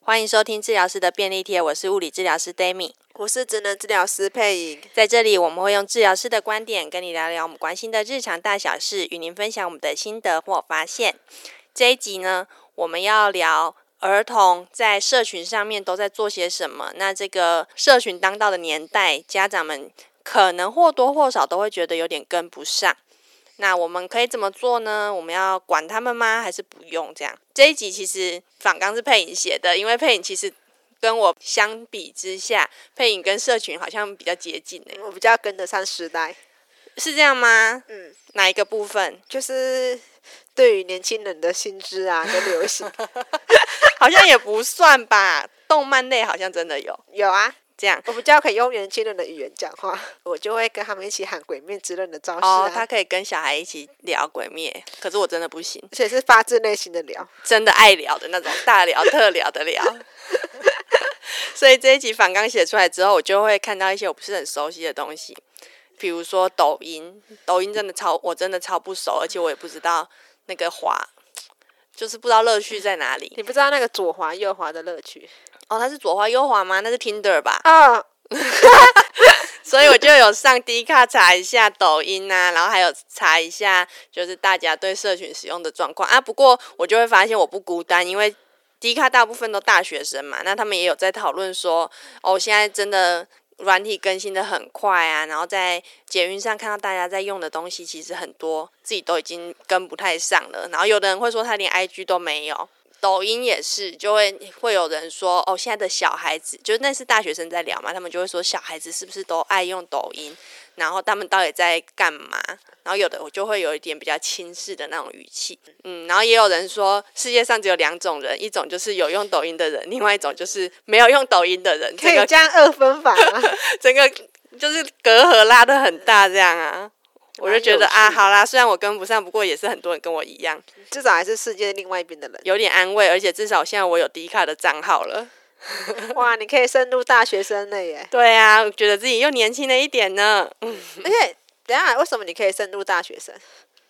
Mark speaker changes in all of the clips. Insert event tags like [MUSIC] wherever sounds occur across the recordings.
Speaker 1: 欢迎收听治疗师的便利贴，我是物理治疗师 d a m i
Speaker 2: 我是职能治疗师配音。
Speaker 1: 在这里我们会用治疗师的观点跟你聊聊我们关心的日常大小事，与您分享我们的心得或发现。这一集呢，我们要聊儿童在社群上面都在做些什么。那这个社群当道的年代，家长们可能或多或少都会觉得有点跟不上。那我们可以怎么做呢？我们要管他们吗？还是不用这样？这一集其实仿纲是配影写的，因为配影其实跟我相比之下，配影跟社群好像比较接近诶、
Speaker 2: 我比较跟得上时代，
Speaker 1: 是这样吗？
Speaker 2: 嗯，
Speaker 1: 哪一个部分？
Speaker 2: 就是对于年轻人的薪资啊跟流行
Speaker 1: 好像也不算吧。动漫类好像真的有
Speaker 2: 有啊，
Speaker 1: 这样
Speaker 2: 我比较可以用年轻人的语言讲话，我就会跟他们一起喊《鬼面之刃》的招式
Speaker 1: 哦，
Speaker 2: 啊，
Speaker 1: 他可以跟小孩一起聊《鬼灭》，可是我真的不行，
Speaker 2: 而且是发自内心的聊。
Speaker 1: 真的爱聊的那种， [LAUGHS] 大聊特聊的聊。 [LAUGHS] 所以这一集反纲写出来之后，我就会看到一些我不是很熟悉的东西，比如说抖音，抖音真的超我真的超不熟，而且我也不知道那个滑，就是不知道乐趣在哪里。
Speaker 2: 你不知道那个左滑右滑的乐趣
Speaker 1: 哦，它是左滑右滑吗？那是 Tinder 吧？
Speaker 2: 啊，
Speaker 1: 所以我就有上 D 卡查一下抖音啊，然后还有查一下就是大家对社群使用的状况啊。不过我就会发现我不孤单，因为 D 卡大部分都大学生嘛，那他们也有在讨论说，哦，现在真的软体更新的很快啊，然后在捷运上看到大家在用的东西，其实很多自己都已经跟不太上了。然后有的人会说他连 IG 都没有。抖音也是，就会会有人说哦，现在的小孩子，就是那是大学生在聊嘛，他们就会说小孩子是不是都爱用抖音，然后他们到底在干嘛？然后有的我就会有一点比较轻视的那种语气，嗯，然后也有人说世界上只有两种人，一种就是有用抖音的人，另外一种就是没有用抖音的人，
Speaker 2: 可
Speaker 1: 这
Speaker 2: 以
Speaker 1: 个
Speaker 2: 这样二分法吗？ [LAUGHS]
Speaker 1: 整个就是隔阂拉得很大这样啊。我就觉得啊，
Speaker 2: 蛮有趣的
Speaker 1: 好啦，虽然我跟不上，不过也是很多人跟我一样，
Speaker 2: 至少还是世界另外一边的人。
Speaker 1: 有点安慰，而且至少现在我有迪卡的账号了。
Speaker 2: 哇，你可以深入大学生
Speaker 1: [LAUGHS]
Speaker 2: 了耶！
Speaker 1: 对啊，我觉得自己又年轻了一点呢。
Speaker 2: 而且，等一下为什么你可以深入大学生？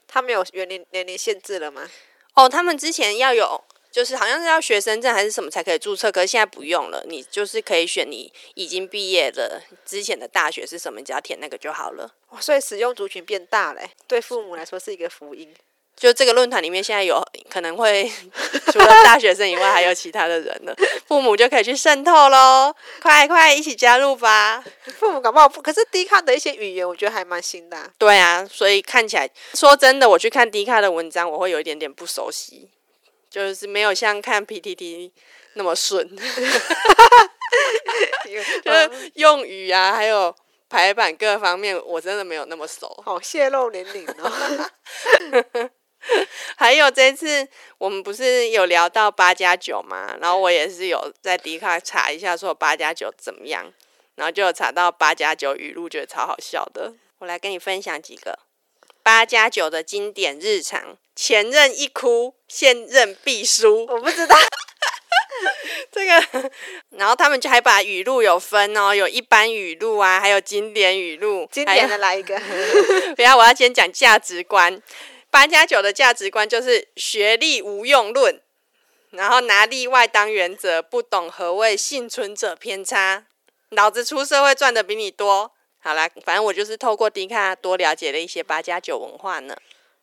Speaker 2: 他们有年龄年龄限制了吗？
Speaker 1: 哦，他们之前要有，就是好像是要学生证还是什么才可以注册，可是现在不用了，你就是可以选你已经毕业的之前的大学是什么，你只要填那个就好了。
Speaker 2: 哇，哦所以使用族群变大嘞，对父母来说是一个福音。 [LAUGHS]
Speaker 1: 就这个论坛里面，现在有可能会 [LAUGHS] 除了大学生以外，还有其他的人了，父母就可以去渗透喽，快快一起加入吧。
Speaker 2: 父母搞不好不，可是低抗的一些语言，我觉得还蛮新
Speaker 1: [LAUGHS]
Speaker 2: 的啊、 [LAUGHS]
Speaker 1: 对啊，所以看起来，说真的，我去看迪卡的文章，我会有一点点不熟悉，就是没有像看 PTT 那么顺， [LAUGHS]
Speaker 2: 哦
Speaker 1: 就是用语啊，还有排版各方面，我真的没有那么熟。
Speaker 2: 好泄露年龄哦。
Speaker 1: [LAUGHS] 还有这次我们不是有聊到八加九嘛，然后我也是有在迪卡查一下说八加九怎么样，然后就有查到八加九语录，觉得超好笑的。我来跟你分享几个八加九的经典日常：前任一哭，现任必输。
Speaker 2: 我不知道，
Speaker 1: [LAUGHS] 这个，然后他们就还把语录有分哦，有一般语录啊，还有经典语录。
Speaker 2: 经
Speaker 1: 还有
Speaker 2: 典的来一个，
Speaker 1: [LAUGHS] 不要，我要先讲价值观。八加九的价值观就是学历无用论，然后拿例外当原则，不懂何谓幸存者偏差。老子出社会赚的比你多。好啦，反正我就是透过迪卡多了解了一些八加九文化呢。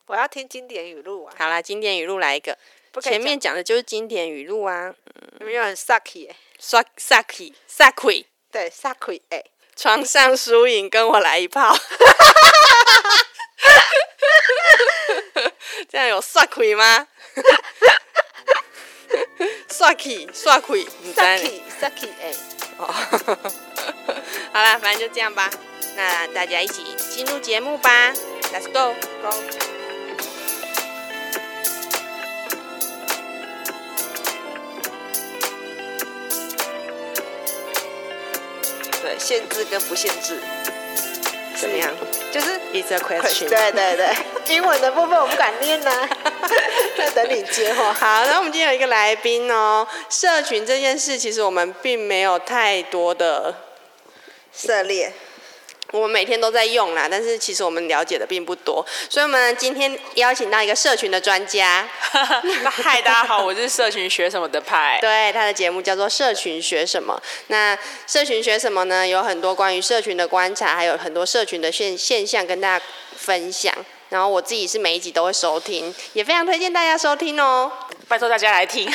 Speaker 2: 我要听经典语录啊！
Speaker 1: 好啦，经典语录来一个，
Speaker 2: 不可以
Speaker 1: 前面讲的就是经典语录啊。
Speaker 2: 讲有没有很 sucky？耶
Speaker 1: s a k i s a k i
Speaker 2: 对，sucky 哎、
Speaker 1: 床上输赢，跟我来一炮。 [LAUGHS] 这样有帅气吗？ [LAUGHS] 帅气，帅气，你
Speaker 2: s u c
Speaker 1: 在
Speaker 2: k y sucky 哎、
Speaker 1: 哦。 [LAUGHS] 好啦，反正就这样吧。那大家一起进入节目吧，Let's go。
Speaker 2: Go 对，限制跟不限制
Speaker 1: 怎么样
Speaker 2: 就是
Speaker 1: ？It's a question。
Speaker 2: 对对对， [LAUGHS] 英文的部分我不敢念 [LAUGHS] 呐、在等你接话。
Speaker 1: 哦好，那我们今天有一个来宾哦。社群这件事，其实我们并没有太多的
Speaker 2: 涉猎
Speaker 1: 我们每天都在用啦，但是其实我们了解的并不多，所以我们今天邀请到一个社群的专家，
Speaker 3: 嗨，大家好，我是社群学什么的派。
Speaker 1: 对，他的节目叫做《社群学什么》。那社群学什么呢？有很多关于社群的观察，还有很多社群的现现象跟大家分享。然后我自己是每一集都会收听，也非常推荐大家收听哦。
Speaker 3: 拜托大家来听。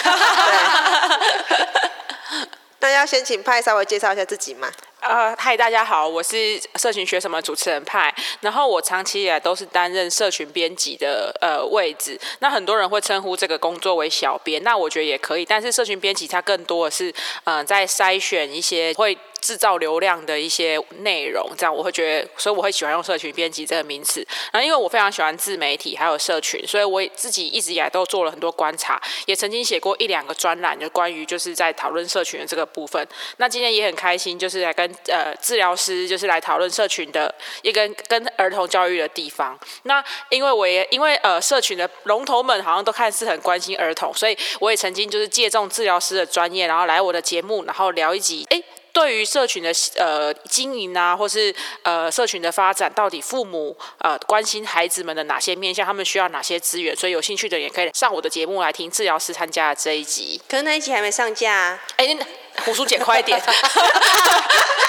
Speaker 2: 那要先请派稍微介绍一下自己 [LAUGHS] 嘛。
Speaker 3: 呃，嗨，大家好，我是社群学什么主持人派，然后我长期以来都是担任社群编辑的呃位置。那很多人会称呼这个工作为小编，那我觉得也可以，但是社群编辑它更多的是呃在筛选一些会。制造流量的一些内容，这样我会觉得，所以我会喜欢用“社群编辑”这个名词。然后，因为我非常喜欢自媒体还有社群，所以我也自己一直以来都做了很多观察，也曾经写过一两个专栏，就关于就是在讨论社群的这个部分。那今天也很开心，就是来跟呃治疗师就是来讨论社群的一跟跟儿童教育的地方。那因为我也因为呃社群的龙头们好像都看似很关心儿童，所以我也曾经就是借重治疗师的专业，然后来我的节目，然后聊一集，诶。对于社群的呃经营啊，或是呃社群的发展，到底父母呃关心孩子们的哪些面向，他们需要哪些资源？所以有兴趣的人也可以上我的节目来听治疗师参加的这一集。
Speaker 1: 可是那一集还没上架、啊，
Speaker 3: 哎，那胡叔姐快一点，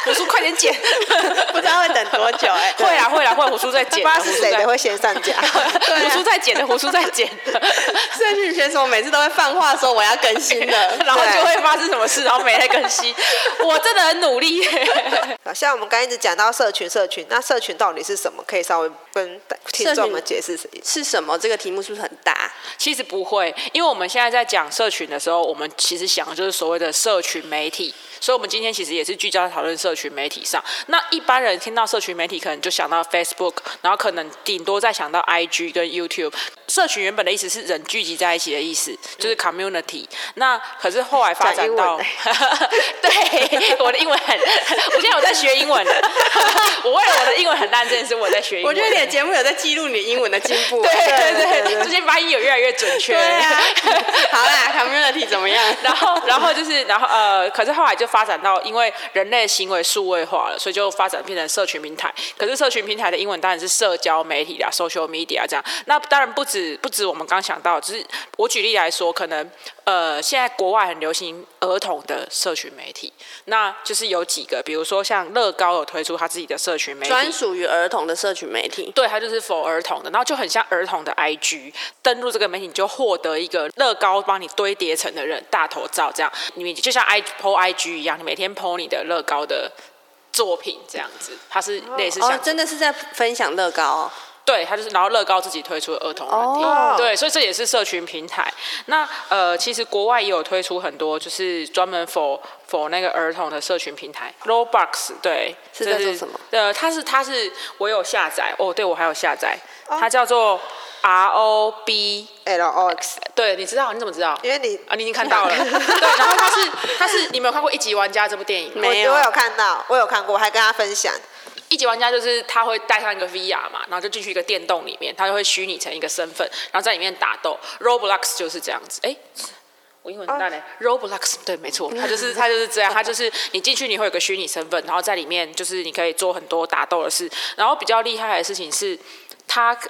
Speaker 3: 胡叔快点剪，
Speaker 1: 不知道会等多久
Speaker 2: 欸
Speaker 1: 哎、
Speaker 3: 会
Speaker 2: 啊
Speaker 3: 啦会啦会，胡叔在
Speaker 2: 不
Speaker 3: 剪
Speaker 2: 知
Speaker 3: 啊，
Speaker 2: 道
Speaker 3: 胡
Speaker 2: 是
Speaker 3: 叔
Speaker 2: 谁
Speaker 3: 在
Speaker 2: 的，会先上 [LAUGHS] 架，
Speaker 3: 胡
Speaker 2: 啊
Speaker 3: 叔在剪的，胡叔在剪的，
Speaker 1: 社群选手每次都会放话说我要更新 [LAUGHS] 了，
Speaker 3: 然后就会发生什么事，然后没来更新。我真的很努力耶、
Speaker 2: 好像我们刚刚一直讲到社群，社群，那社群到底是什么？可以稍微跟听众们解释一下。
Speaker 1: 是什么？这个题目是不是很大？
Speaker 3: 其实不会，因为我们现在在讲社群的时候，我们其实想的就是所谓的社群媒体，所以我们今天其实也是聚焦在讨论社群媒体上。那一般人听到社群媒体，可能就想到 Facebook，然后可能顶多再想到 IG 跟 YouTube。社群原本的意思是人聚集在一起的意思，就是 community。那可是后来发
Speaker 2: 讲
Speaker 3: 展
Speaker 2: 英文
Speaker 3: 到， [LAUGHS] 对我的英文很，我现在有在学英文了，我为了我的英文很烂这件事，我在学英
Speaker 1: 我
Speaker 3: 文。
Speaker 1: 觉得你的节目有在记录你英文的进 [LAUGHS] 步。
Speaker 3: 对对对，最近发音有越来越准确。
Speaker 1: 对啊， [LAUGHS] 好啦，community 怎么样？
Speaker 3: [LAUGHS] 然后，然后就是，然后呃，可是后来就发展到，因为人类行为数位化了，所以就发展变成社群平台。可是社群平台的英文当然是社交媒体啦，social media 这样。那当然不止不止我们刚想到，就是我举例来说，可能呃，现在国外很流行儿童的社群媒体，那就是有几个，比如说像乐高有推出他自己的社群媒体，
Speaker 1: 专属于儿童的社群媒体。
Speaker 3: 对，它就是否儿童的，然后就很像儿童的 IG。登录这个媒体，你就获得一个乐高帮你堆叠成的人大头照，这样你就像 I PO IG 一样，你每天 PO 你的乐高的作品这样子，它是类似像、
Speaker 1: 哦，真的是在分享乐高、哦。
Speaker 3: 对，它就是然后乐高自己推出的儿童软体，
Speaker 1: 哦
Speaker 3: 对，所以这也是社群平台。那呃，其实国外也有推出很多就是专门 for for 那个儿童的社群平台，Roblox 对，
Speaker 1: 是
Speaker 3: 这
Speaker 1: 在做什么？
Speaker 3: 呃，它是它是我有下载哦，对我还有下载，
Speaker 1: 哦
Speaker 3: 它叫做 R O B，
Speaker 2: L O X，
Speaker 3: 对，你知道？你怎么知道？
Speaker 2: 因为你
Speaker 3: 啊，你已经看
Speaker 1: [LAUGHS]
Speaker 3: 到了，对，然后它是它是你没有看过《一级玩家》这部电影吗？
Speaker 1: 没有
Speaker 2: 我我有看到，我有看过，我还跟他分享。
Speaker 3: 一级玩家就是他会带上一个 VR 嘛，然后就进去一个电动里面，他就会虚拟成一个身份，然后在里面打斗。Roblox 就是这样子，哎、我英文很烂嘞、Roblox 对，没错，它就是它就是这样，它就是你进去你会有个虚拟身份，然后在里面就是你可以做很多打斗的事，然后比较厉害的事情是它可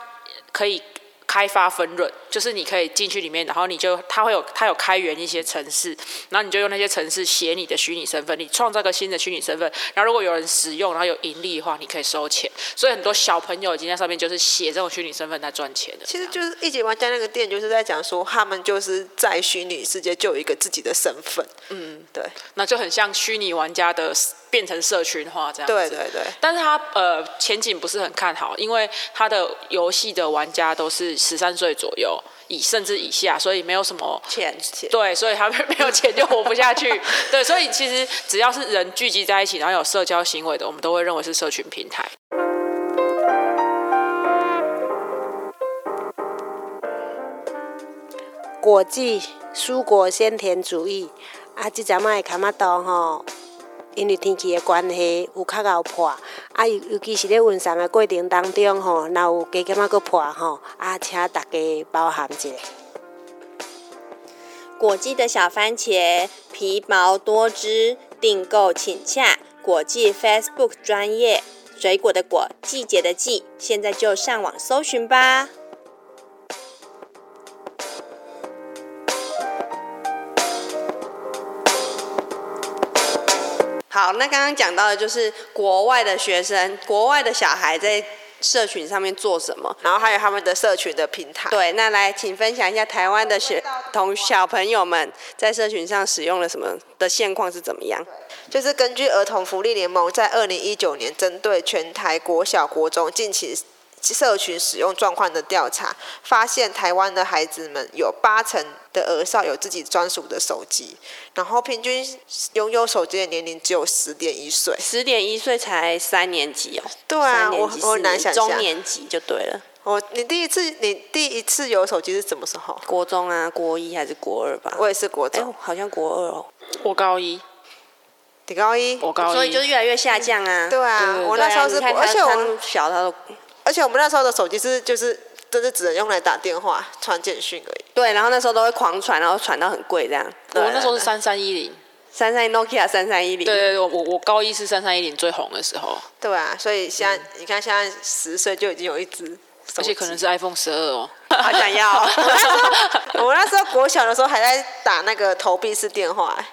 Speaker 3: 可以。开发分润，就是你可以进去里面，然后你就它会有它有开源一些城市，然后你就用那些城市写你的虚拟身份，你创造一个新的虚拟身份，然后如果有人使用，然后有盈利的话，你可以收钱。所以很多小朋友已经在上面就是写这种虚拟身份在赚钱的。
Speaker 2: 其实就是一级玩家那个店，就是在讲说他们就是在虚拟世界就有一个自己的身份。嗯，对
Speaker 3: 那就很像虚拟玩家的变成社群化这样子。
Speaker 2: 对对对，
Speaker 3: 但是它呃前景不是很看好，因为它的游戏的玩家都是十三岁左右，以甚至以下，所以没有什么
Speaker 1: 钱
Speaker 2: 钱
Speaker 3: 对，所以他们 [LAUGHS] 没有钱就活不下去。对，所以其实只要是人聚集在一起，然后有社交行为的，我们都会认为是社群平台。
Speaker 4: 果子蔬果鲜甜主义，啊，即阵仔的卡马多吼，因为天气的关系有较贤破，啊，尤尤其是咧运送的过程当中吼，若有加减啊搁破吼，啊，请大家包涵一下。
Speaker 1: 果季的小番茄，皮毛多汁，订购请洽果季 Facebook 专业。水果的果，季节的季，现在就上网搜寻吧。好，那刚刚讲到的就是国外的学生，国外的小孩在社群上面做什么？
Speaker 2: 然后还有他们的社群的平台。
Speaker 1: 对，那来，请分享一下台湾的学同小朋友们在社群上使用了什么的现况是怎么样？
Speaker 2: 就是根据儿童福利联盟在二零一九年针对全台国小、国中近期社群使用状况的调查，发现台湾的孩子们有八成的儿少有自己专属的手机，然后平均拥有手机的年龄只有十点一岁。
Speaker 1: 十点一岁才三年级哦，
Speaker 2: 对啊，
Speaker 1: 三年
Speaker 2: 我
Speaker 1: 级
Speaker 2: 我
Speaker 1: 四
Speaker 2: 很难
Speaker 1: 年
Speaker 2: 想象
Speaker 1: 中。年级就对了，
Speaker 2: 我哦你第一次你第一次有手机是什么时候？
Speaker 1: 国中啊，国一还是国二吧？
Speaker 2: 我也是国
Speaker 1: 哎、
Speaker 2: 中，
Speaker 1: 好像国二哦，
Speaker 3: 我高一，
Speaker 2: 你高一。
Speaker 3: 我高一，
Speaker 1: 所以就越来越下降啊。
Speaker 2: 对啊，我那时候是
Speaker 1: 对啊
Speaker 2: 国，
Speaker 1: 你看
Speaker 2: 而
Speaker 1: 他
Speaker 2: 且
Speaker 1: 他那
Speaker 2: 我
Speaker 1: 么小，他都
Speaker 2: 而且我们那时候的手机是就是真的只能用来打电话、传简讯而已。
Speaker 1: 对，然后那时候都会狂传，然后传到很贵这样。
Speaker 3: 我那时候是三三一零，
Speaker 1: 啊三三 Nokia 三三一零，
Speaker 3: 对对对，我我我高一是三三一零最红的时候，
Speaker 2: 对啊，所以现在、你看，现在十岁就已经有一只手机，
Speaker 3: 嗯而且可能是 iPhone 十二哦。
Speaker 1: 好
Speaker 3: [LAUGHS]
Speaker 1: 想要。
Speaker 2: 我那时候国小的时候还在打那个投币式电话、欸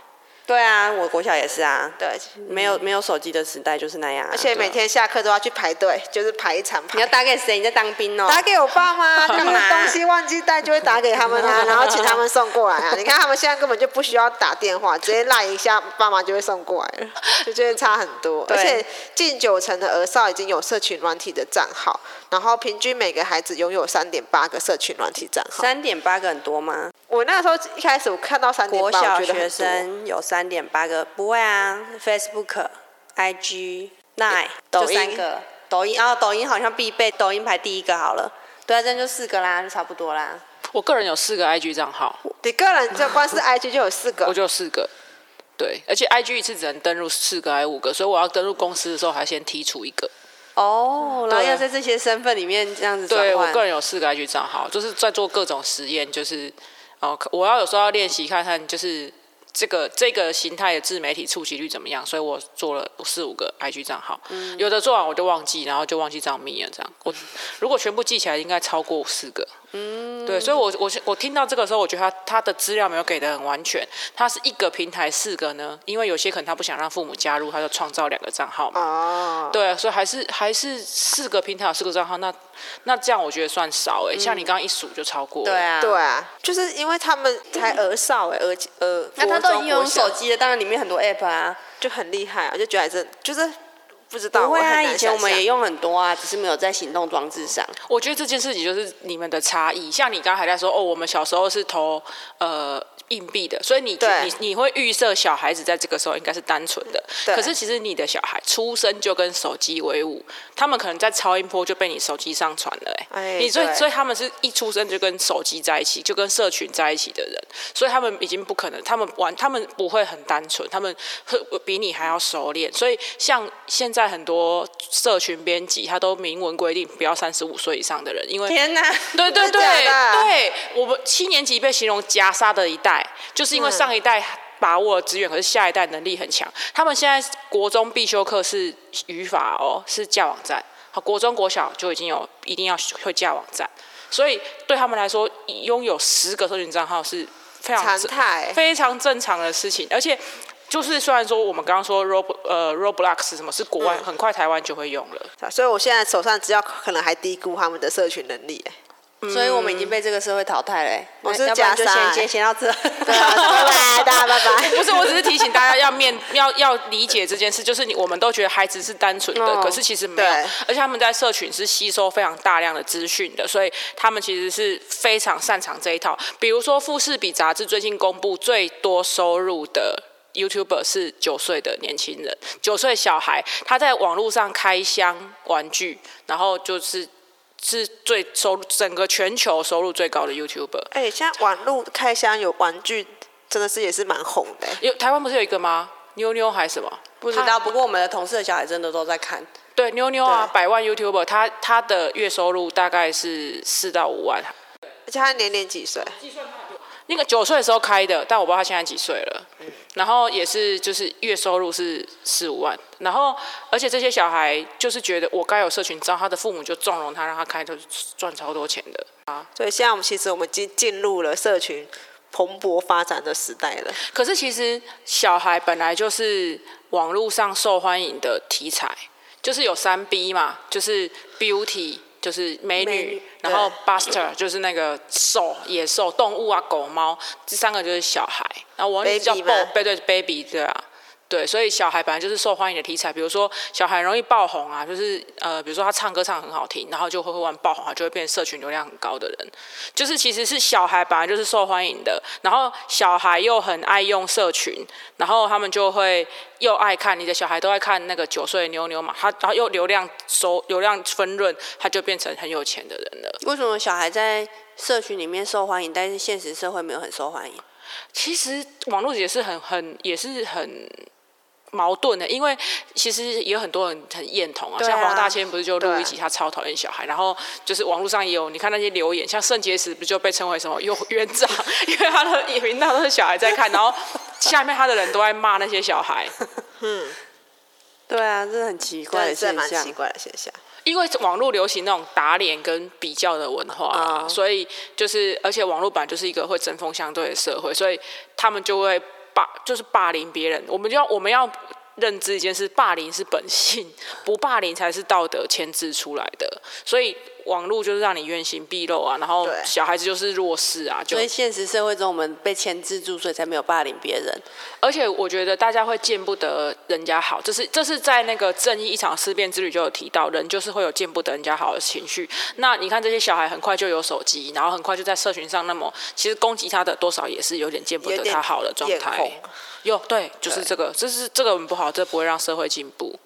Speaker 1: 对啊，我国小也是啊，
Speaker 2: 对，
Speaker 1: 没有没有手机的时代就是那样、啊。
Speaker 2: 而且每天下课都要去排队，就是排一场
Speaker 3: [LAUGHS]
Speaker 1: 你要
Speaker 2: 排。
Speaker 1: 打给谁？你在当兵哦。
Speaker 2: 打给我爸妈，他
Speaker 1: 干
Speaker 2: 们
Speaker 1: 嘛
Speaker 2: 东西忘记带就会打给他们
Speaker 3: [LAUGHS]
Speaker 2: 啊，然后请他们送过来啊。你看他们现在根本就不需要打电话，直接赖一下，爸妈就会送过
Speaker 3: [LAUGHS]
Speaker 2: 来了，就觉得差很多。而
Speaker 1: 对
Speaker 2: 且近九成的儿少已经有社群软体的账号，然后平均每个孩子拥有三点八个社群软体账号。
Speaker 1: 三点八个很多吗？
Speaker 2: 我那时候一开始我看到三点
Speaker 1: 国
Speaker 2: 八，我
Speaker 1: 小
Speaker 2: 觉得很
Speaker 1: 学
Speaker 2: 多
Speaker 1: 生有三点八个，不会啊，Facebook、IG、Line、
Speaker 2: 抖
Speaker 1: 就
Speaker 2: 音
Speaker 1: 三个，抖音啊、抖音好像必备，抖音排第一个好了。对啊，这样就四个啦，就差不多啦。
Speaker 3: 我个人有四个 IG 账号，
Speaker 2: 你个人就 [LAUGHS] 光是 IG 就有四个
Speaker 3: 我，就有四个。对，而且 IG 一次只能登录四个还是五个，所以我要登录公司的时候还先剔除一个。
Speaker 1: 哦，然后
Speaker 3: 对
Speaker 1: 要在这些身份里面这样子转
Speaker 3: 对我
Speaker 1: 换
Speaker 3: 个。人有四个 IG 账号，就是在做各种实验，就是哦，可我要有时候要练习看看，就是这个这个形态的自媒体触及率怎么样，所以我做了四五个 IG 账号，
Speaker 1: 嗯
Speaker 3: 有的做完我就忘记，然后就忘记账密了，这样我如果全部记起来，应该超过四个。嗯，对，所以我我我听到这个时候，我觉得他他的资料没有给的很完全，他是一个平台四个呢，因为有些可能他不想让父母加入，他就创造两个账号嘛。
Speaker 2: 哦，
Speaker 3: 对啊，所以还是还是四个平台有四个账号，那那这样我觉得算少哎、像你刚刚一数就超过了。
Speaker 1: 对啊，
Speaker 2: 对啊，就是因为他们才儿少哎、儿儿，
Speaker 1: 那他
Speaker 2: 国
Speaker 1: 都已
Speaker 2: 中
Speaker 1: 经有
Speaker 2: 国小
Speaker 1: 手机了，当然里面很多 app 啊。
Speaker 2: 就很厉害啊，我就觉得还是就是不知道，
Speaker 1: 不会
Speaker 2: 我
Speaker 1: 啊，
Speaker 2: 很难
Speaker 1: 以前我们
Speaker 2: 想
Speaker 1: 也
Speaker 2: 象
Speaker 1: 用很多啊，只是没有在行动装置上。
Speaker 3: 我觉得这件事情就是你们的差异。像你刚刚还在说哦，我们小时候是投呃硬币的，所以你
Speaker 2: 对
Speaker 3: 你你会预设小孩子在这个时候应该是单纯的。
Speaker 2: 对
Speaker 3: 可是其实你的小孩出生就跟手机为伍，他们可能在超音波就被你手机上传了、欸。
Speaker 2: 哎
Speaker 3: 你所以
Speaker 2: 对
Speaker 3: 所以他们是一出生就跟手机在一起，就跟社群在一起的人，所以他们已经不可能，他们玩他们不会很单纯，他们会比你还要熟练。所以像现在很多社群编辑，他都明文规定不要三十五岁以上的人，因为
Speaker 1: 天哪！
Speaker 2: 啊 [LAUGHS]
Speaker 3: [LAUGHS] 对对对
Speaker 2: 真的假的
Speaker 3: 对，我们七年级被形容夹杀的一代，就是
Speaker 2: 嗯
Speaker 3: 因为上一代把握资源，可是下一代能力很强。他们现在国中必修课是语法哦，是架网站。好，国中国小就已经有一定要会架网站，所以对他们来说，拥有十个社群账号是非常
Speaker 2: 常
Speaker 3: 正
Speaker 2: 态
Speaker 3: 非常正常的事情，而且。就是虽然说我们刚刚说 Rob 呃 Roblox 什么是国外、
Speaker 2: 嗯
Speaker 3: 很快台湾就会用了，
Speaker 2: 所以我现在手上资料可能还低估他们的社群能力、欸。
Speaker 1: 所以我们已经被这个社会淘汰了欸。
Speaker 2: 我
Speaker 1: 那
Speaker 2: 是
Speaker 1: 要不然就
Speaker 2: 假傻
Speaker 1: 先先
Speaker 2: 欸
Speaker 1: 先到 [LAUGHS] 这。
Speaker 2: 对啊，拜拜，大家拜拜。
Speaker 3: [LAUGHS] 不是，我只是提醒大家要面 [LAUGHS] 要要理解这件事，就是你我们都觉得孩子是单纯的，
Speaker 1: 哦
Speaker 3: 可是其实没有
Speaker 2: 对，
Speaker 3: 而且他们在社群是吸收非常大量的资讯的，所以他们其实是非常擅长这一套。比如说，《富士比》杂志最近公布最多收入的。YouTuber 是九岁的年轻人，九岁小孩，他在网络上开箱玩具，然后就是是最收入整个全球收入最高的 YouTuber。
Speaker 2: 哎、现在网络开箱有玩具，真的是也是蛮红的、欸。
Speaker 3: 有台湾不是有一个吗？妞妞还是什么？
Speaker 1: [LAUGHS] 不知
Speaker 3: 他
Speaker 1: 道，不过我们的同事的小孩真的都在看。
Speaker 3: 对，妞妞啊，
Speaker 2: 对
Speaker 3: 百万 YouTuber，她她的月收入大概是四到五万。
Speaker 2: 而且他年龄几岁？
Speaker 3: 那个九岁的时候开的，但我不知道他现在几岁了。
Speaker 2: 嗯
Speaker 3: 然后也是就是月收入是四五万，然后而且这些小孩就是觉得我该有社群账号，他的父母就纵容他，让他开，就赚超多钱的。
Speaker 2: 所以现在我们其实我们已经进入了社群蓬勃发展的时代了。
Speaker 3: 可是其实小孩本来就是网络上受欢迎的题材，就是有三 B 嘛，就是 beauty，就是美女，
Speaker 2: 美女
Speaker 3: 然后 buster 就是那个兽、野兽、动物啊、狗猫，这三个就是小孩。然后我女
Speaker 2: Baby
Speaker 3: 叫
Speaker 2: 吗
Speaker 3: Bo，对对 baby 对啊。对，所以小孩本来就是受欢迎的题材，比如说小孩容易爆红啊，就是呃，比如说他唱歌唱得很好听，然后就会会玩爆红，他就会变成社群流量很高的人。就是其实是小孩本来就是受欢迎的，然后小孩又很爱用社群，然后他们就会又爱看你的小孩都爱看那个九岁的妞妞嘛，他然后又流量收流量分润，他就变成很有钱的人了。
Speaker 1: 为什么小孩在社群里面受欢迎，但是现实社会没有很受欢迎？
Speaker 3: 其实网络也是很很也是很。矛盾的，因为其实也有很多人很厌童啊，
Speaker 1: 对啊
Speaker 3: 像黄大千不是就录
Speaker 2: 对
Speaker 3: 一集，他超讨厌小孩，然后就是网络上也有，你看那些留言，像肾结石不就被称为什么幼园长， [LAUGHS] 因为他的频道都是小孩在看，然后下面他的人都在骂那些小孩，
Speaker 1: 对啊，这是很奇怪的
Speaker 2: 对，这
Speaker 1: 现
Speaker 2: 蛮
Speaker 1: 象
Speaker 2: 奇。怪的现象。
Speaker 3: 因为网络流行那种打脸跟比较的文化啊、
Speaker 1: 啊
Speaker 3: 所以就是，而且网络版就是一个会针锋相对的社会，所以他们就会霸，就是霸凌别人。我们就要我们要认知一件事，霸凌是本性，不霸凌才是道德牵制出来的。所以网络就是让你原形毕露啊，然后
Speaker 2: 对
Speaker 3: 小孩子就是弱势啊，就
Speaker 1: 所以现实社会中，我们被牵制住，所以才没有霸凌别人。
Speaker 3: 而且我觉得大家会见不得人家好，这是这是在那个正义一场思辨之旅就有提到，人就是会有见不得人家好的情绪。那你看这些小孩很快就有手机，然后很快就在社群上，那么其实攻击他的多少也是有点见不
Speaker 2: 有
Speaker 3: 得
Speaker 2: 点
Speaker 3: 他好的状
Speaker 2: 眼
Speaker 3: 态
Speaker 2: 红。
Speaker 3: 有对，就是这个，这是这个很不好，这不会让社会进步。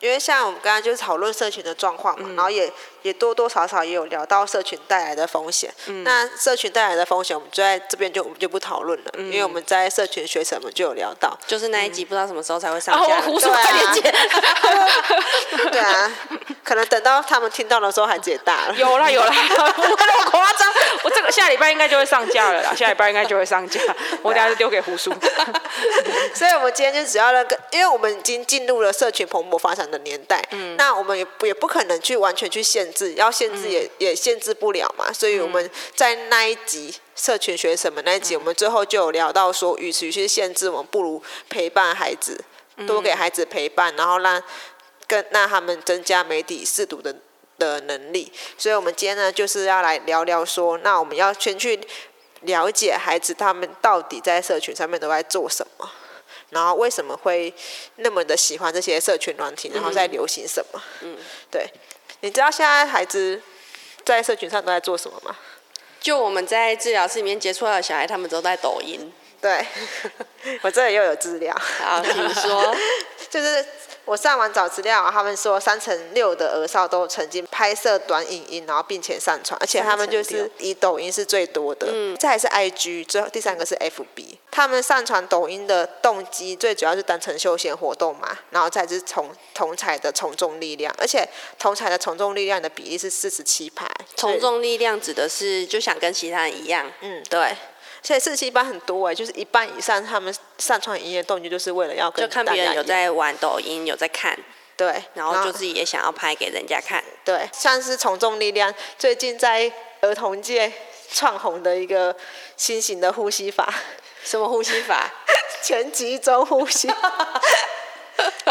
Speaker 2: 因为像我们刚刚就是讨论社群的状况嘛，
Speaker 3: 嗯
Speaker 2: 然后也也多多少少也有聊到社群带来的风险。
Speaker 3: 嗯
Speaker 2: 那社群带来的风险，我们就在这边就我们就不讨论
Speaker 3: 嗯
Speaker 2: 了，因为我们在社群学什么就有聊
Speaker 3: [LAUGHS]
Speaker 2: 到。
Speaker 1: 就是那一集不知道什么时候才会上
Speaker 3: 啊，
Speaker 1: 架
Speaker 3: 我
Speaker 1: 的。
Speaker 3: 胡说
Speaker 2: 对啊
Speaker 3: 快点姐
Speaker 2: [LAUGHS] 对啊，可能等到他们听到的时候，孩子也大了。
Speaker 3: 有啦有 [LAUGHS]
Speaker 2: [LAUGHS]
Speaker 3: 啦，不会那么夸张。我这个下礼拜应该就会上架了啦，下礼拜应该就会上架。我等下就丢给胡叔。
Speaker 2: [LAUGHS] 所以，我们今天就只要那个，因为我们已经进入了社群蓬勃发展的年代，那我们也不也不可能去完全去限制，要限制也、也限制不了嘛。所以我们在那一集社群学什么那一集，我们最后就有聊到说，与其去限制，我们不如陪伴孩子，多给孩子陪伴，然后让跟让他们增加媒体试读的的能力。所以，我们今天呢，就是要来聊聊说，那我们要先去了解孩子他们到底在社群上面都在做什么。然后为什么会那么的喜欢这些社群软
Speaker 1: 嗯
Speaker 2: 体，然后在流行什么？嗯，对，你知道现在孩子在社群上都在做什么吗？
Speaker 1: [LAUGHS] 就我们在治疗室里面接触到的小孩，他们都在抖音。
Speaker 2: 对， [LAUGHS] 我这里又有资料，
Speaker 1: 好，请 [LAUGHS] 说。
Speaker 2: [LAUGHS] 就是我上网找资料，啊他们说三成六的儿少都曾经拍摄短影音，然后并且上传，而且他们就是以抖音是最多的，嗯，再来是 IG，最后第三个是 FB。他们上传抖音的动机最主要是单纯休闲活动嘛，然后再是同同彩的从众力量，而且同彩的从众力量的比例是四十七排，
Speaker 1: 从众力量指的是就想跟其他人一样。
Speaker 2: 嗯，对。现在四十七班很多哎、就是一半以上，他们上传影音的动机就是为了要跟
Speaker 1: 就看
Speaker 2: 大
Speaker 1: 别
Speaker 2: 家
Speaker 1: 人有
Speaker 2: 一样
Speaker 1: 在玩抖音，有在看，
Speaker 2: 对，
Speaker 1: 然后就自己也想要拍给人家看。
Speaker 2: 对，像是从众力量最近在儿童界窜红的一个新型的呼吸法，
Speaker 1: 什么呼吸法？
Speaker 2: 全集中呼吸。 [LAUGHS]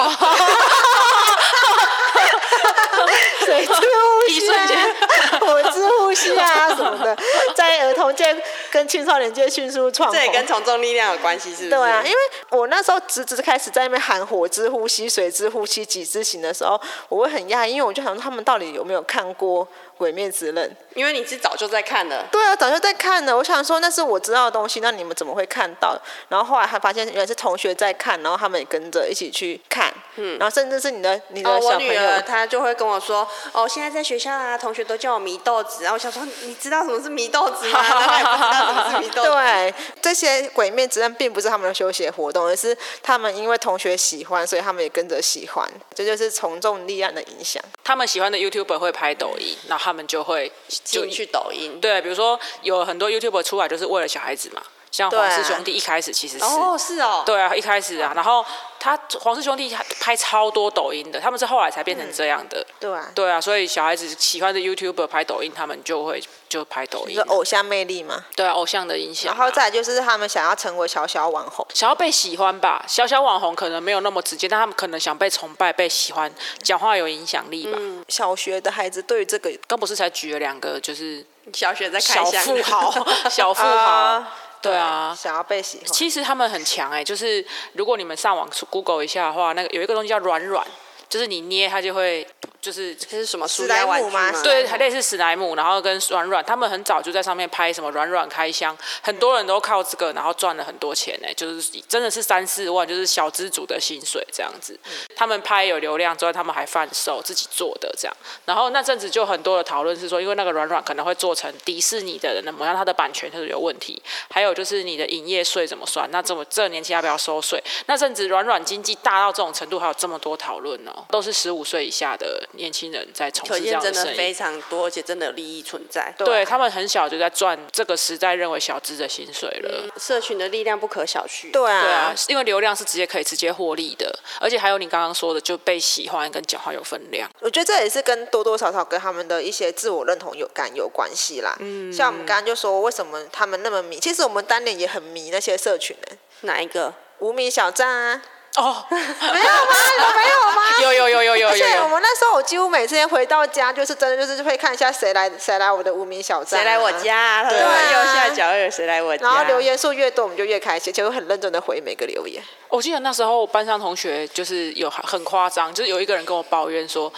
Speaker 2: 水之呼
Speaker 3: 一
Speaker 2: 吸
Speaker 3: 瞬间
Speaker 2: 啊，火之呼吸啊什么的，在儿童界跟青少年界迅速窜
Speaker 1: [LAUGHS] 这也
Speaker 2: 红。
Speaker 1: 跟从众力量有关系，是不是？
Speaker 2: 对啊，因为我那时候直直开始在那边喊“火之呼吸”“水之呼吸”“几之行”的时候，我会很讶异，因为我就想说他们到底有没有看过《鬼灭之刃》？
Speaker 1: 因为你是早就在看了。
Speaker 2: 对啊，早就在看了。我想说那是我知道的东西，那你们怎么会看到？然后后来还发现原来是同学在看，然后他们也跟着一起去看，嗯，然后甚至是你的你
Speaker 1: 哦，
Speaker 2: 的
Speaker 1: 我
Speaker 2: 小朋
Speaker 1: 女 [LAUGHS]
Speaker 2: 友，[LAUGHS]
Speaker 1: 儿她就会跟我说，哦，现在在学校啊，同学都叫我迷豆子，然后我想说，你知道什么是迷豆子 [LAUGHS] 吗？然后她也不知道什么是迷豆子。
Speaker 2: 对这些鬼面之刃并不是他们的休闲活动，而是他们因为同学喜欢，所以他们也跟着喜欢，这就是从众力量的影响。
Speaker 3: 他们喜欢的 YouTuber 会拍抖音，然后他们就会就
Speaker 1: 进去抖音，
Speaker 3: 对，比如说有很多 YouTuber 出来就是为了小孩子嘛，像
Speaker 1: 对
Speaker 3: 黄
Speaker 1: 啊
Speaker 3: 氏兄弟一开始其实是。
Speaker 1: 哦，是哦，
Speaker 3: 对啊，一开始啊，然后他黄氏兄弟他拍超多抖音的，他们是后来才变成这样的。
Speaker 2: 对啊，
Speaker 3: 对啊，所以小孩子喜欢的 YouTuber 拍抖音，他们就会就拍抖
Speaker 2: 就
Speaker 3: 音
Speaker 2: 是。偶像魅力嘛。
Speaker 3: 对啊，偶像的影响啊、
Speaker 2: 然后再来就是他们想要成为小小网红，
Speaker 3: 想要被喜欢吧，小小网红可能没有那么直接，但他们可能想被崇拜、被喜欢，讲话有影响力吧。
Speaker 2: 小学的孩子对于这个
Speaker 3: 刚不是才举了两个，就是
Speaker 1: 小雪在开
Speaker 3: 小
Speaker 1: 箱
Speaker 3: 富豪， [LAUGHS] 小富豪，
Speaker 2: [LAUGHS] 啊
Speaker 3: 对啊。
Speaker 2: 想要被喜欢，
Speaker 3: 其实他们很强哎、就是如果你们上网 Google 一下的话，那个有一个东西叫软软，就是你捏它就会，就是
Speaker 1: 这 [LAUGHS] 是什么塑
Speaker 2: 史莱
Speaker 1: 料
Speaker 2: 姆
Speaker 1: 玩具
Speaker 2: 吗
Speaker 1: 吗？
Speaker 3: 对，类似史莱姆，然后跟软软，他们很早就在上面拍什么软软开箱，很多人都靠这个，然后赚了很多钱呢、就是真的是三四万，就是小资主的薪水这样子。
Speaker 1: 嗯
Speaker 3: 他们拍有流量之外，他们还贩售自己做的这样。然后那阵子就很多的讨论是说，因为那个软软可能会做成迪士尼的那模样，它的版权就是有问题，还有就是你的营业税怎么算，那这么这个年纪要不要收税？那阵子软软经济大到这种程度，还有这么多讨论哦，都是十五岁以下的年轻人在从
Speaker 1: 可
Speaker 3: 事这
Speaker 1: 见
Speaker 3: 样
Speaker 1: 真的
Speaker 3: 生意
Speaker 1: 非。常多，而且真的有利益存在。
Speaker 3: 对他们很小就在赚这个时代认为小资的薪水了。
Speaker 1: 社群的力量不可小觑。
Speaker 2: 对
Speaker 3: 对
Speaker 2: 啊
Speaker 3: 啊，，因为流量是直接可以直接获利的，而且还有你刚刚说的，就被喜欢跟讲话有分量。
Speaker 2: 我觉得这也是跟多多少少跟他们的一些自我认同有感有关系啦。嗯，像我们刚刚就说，为什么他们那么迷？其实我们当年也很迷那些社群呢、
Speaker 1: 哪一个？
Speaker 2: 无名小站啊，
Speaker 3: 哦，
Speaker 2: 没有吗？有没 [LAUGHS] 有吗？
Speaker 3: [LAUGHS] 有有有有有
Speaker 2: 而
Speaker 3: 有
Speaker 2: 且我
Speaker 3: 有，
Speaker 2: 们那时候，我几乎每次回到家，就是真的就是会看一下谁来谁来我的无名小站、
Speaker 1: 谁来我？家、啊？他
Speaker 2: 对啊
Speaker 1: 右下角有谁来我家？啊
Speaker 2: 然后留言数越多，我们就越开心，就会很认真的回每个留言。
Speaker 3: 我记得那时候班上同学就是有很夸张，就是有一个人跟我抱怨说。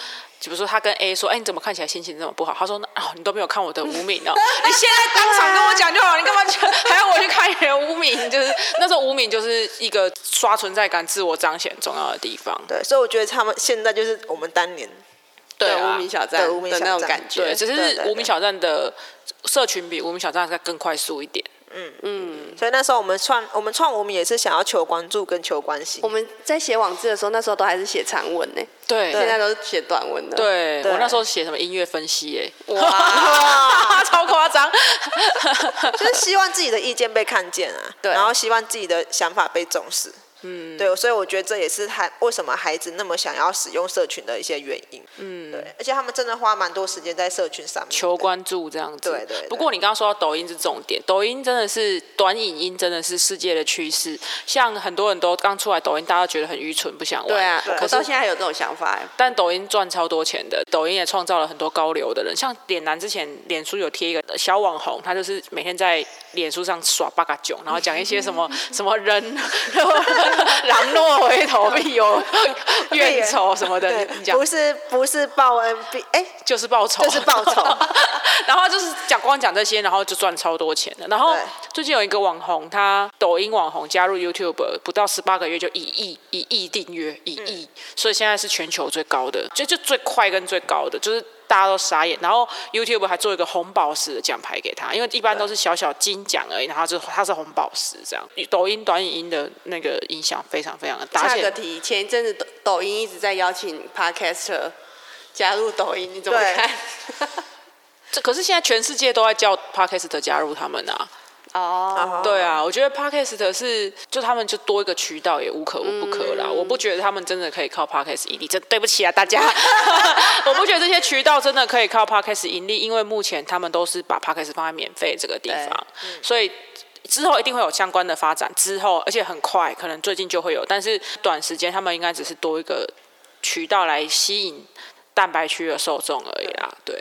Speaker 3: 比如说，他跟 A 说：“哎、你怎么看起来心情这么不好？”他说：“哦，你都没有看我的无名哦，你现在
Speaker 1: 哎
Speaker 3: 当场跟我讲就好，你干嘛讲还要我去 [LAUGHS] 看你的无名？就是那时候无名就是一个刷存在感、自我彰显重要的地方。
Speaker 2: 对，所以我觉得他们现在就是我们当年
Speaker 3: 对
Speaker 1: 对
Speaker 3: 啊
Speaker 1: 无名小站
Speaker 2: 对无名
Speaker 1: 的
Speaker 2: 小
Speaker 1: 那种
Speaker 2: 站
Speaker 1: 感觉。
Speaker 3: 对，只
Speaker 2: 对
Speaker 3: 是
Speaker 2: 对
Speaker 3: 无名小站的社群比无名小站再更快速一点。
Speaker 2: 所以那时候我们创我们创无名也是想要求关注跟求关心
Speaker 1: 我。们在写网志的时候，那时候都还是写长文呢、
Speaker 3: 对
Speaker 1: 现在都是写短文了。，
Speaker 3: 对
Speaker 2: 对
Speaker 3: 我那时候写什么音乐分析、耶，
Speaker 1: 哇
Speaker 3: [LAUGHS] 超夸张。
Speaker 2: 就是希望自己的意见被看见
Speaker 3: [LAUGHS]
Speaker 2: 啊，
Speaker 1: 对
Speaker 2: 然后希望自己的想法被重视。嗯，对，所以我觉得这也是他为什么孩子那么想要使用社群的一些原因。嗯，对，而且他们真的花蛮多时间在社群上面。
Speaker 3: 求关注这样子。
Speaker 2: 对对对
Speaker 3: 不过你刚刚说到抖音是重点，抖音真的是短影音真的是世界的趋势，像很多人都刚出来抖音，大家觉得很愚蠢，不想玩。
Speaker 1: 对啊，
Speaker 3: 可
Speaker 1: 我
Speaker 3: 是
Speaker 1: 到现在还有这种想法、欸。
Speaker 3: 但抖音赚超多钱的，抖音也创造了很多高流的人。像脸男之前，脸书有贴一个小网红，他就是每天在脸书上耍八嘎囧，然后讲一些什么什么人 [LAUGHS] 狼若回头 [LAUGHS] 必有怨仇什么的
Speaker 2: 对，
Speaker 3: 你，讲
Speaker 2: 不是不是报恩必哎，
Speaker 3: 就是报仇，
Speaker 2: 就是报仇
Speaker 3: [LAUGHS] 然后就是讲光讲这些，然后就赚超多钱了。然后
Speaker 2: 对
Speaker 3: 最近有一个网红，他抖音网红加入 YouTube 不到十八个月就一亿一亿订阅一亿，
Speaker 2: 嗯
Speaker 3: 所以现在是全球最高的，就就最快跟最高的，就是大家都傻眼。然后 YouTube 还做一个红宝石的奖牌给他，因为一般都是小小金奖而已，然后就他是红宝石这样。抖音短影音的那个影响非常非常的大，而
Speaker 1: 插
Speaker 3: 且
Speaker 1: 个题，前一阵子抖抖音一直在邀请 Podcaster 加入抖音，你怎么
Speaker 2: 对
Speaker 1: 看？
Speaker 3: 这可是现在全世界都在叫 Podcast 加入他们啊。
Speaker 1: [LAUGHS] 哦，
Speaker 3: 对啊，我觉得 podcast 是就他们就多一个渠道也无可不可啦。我不觉得他们真的可以靠 podcast 盈利，真对不起啊大家， [LAUGHS] 我不觉得这些渠道真的可以靠 podcast 盈利，因为目前他们都是把 podcast 放在免费这个地方，所以。之后一定会有相关的发展，之后而且很快，可能最近就会有，但是短时间他们应该只是多一个渠道来吸引蛋白区的受众而已啦。对，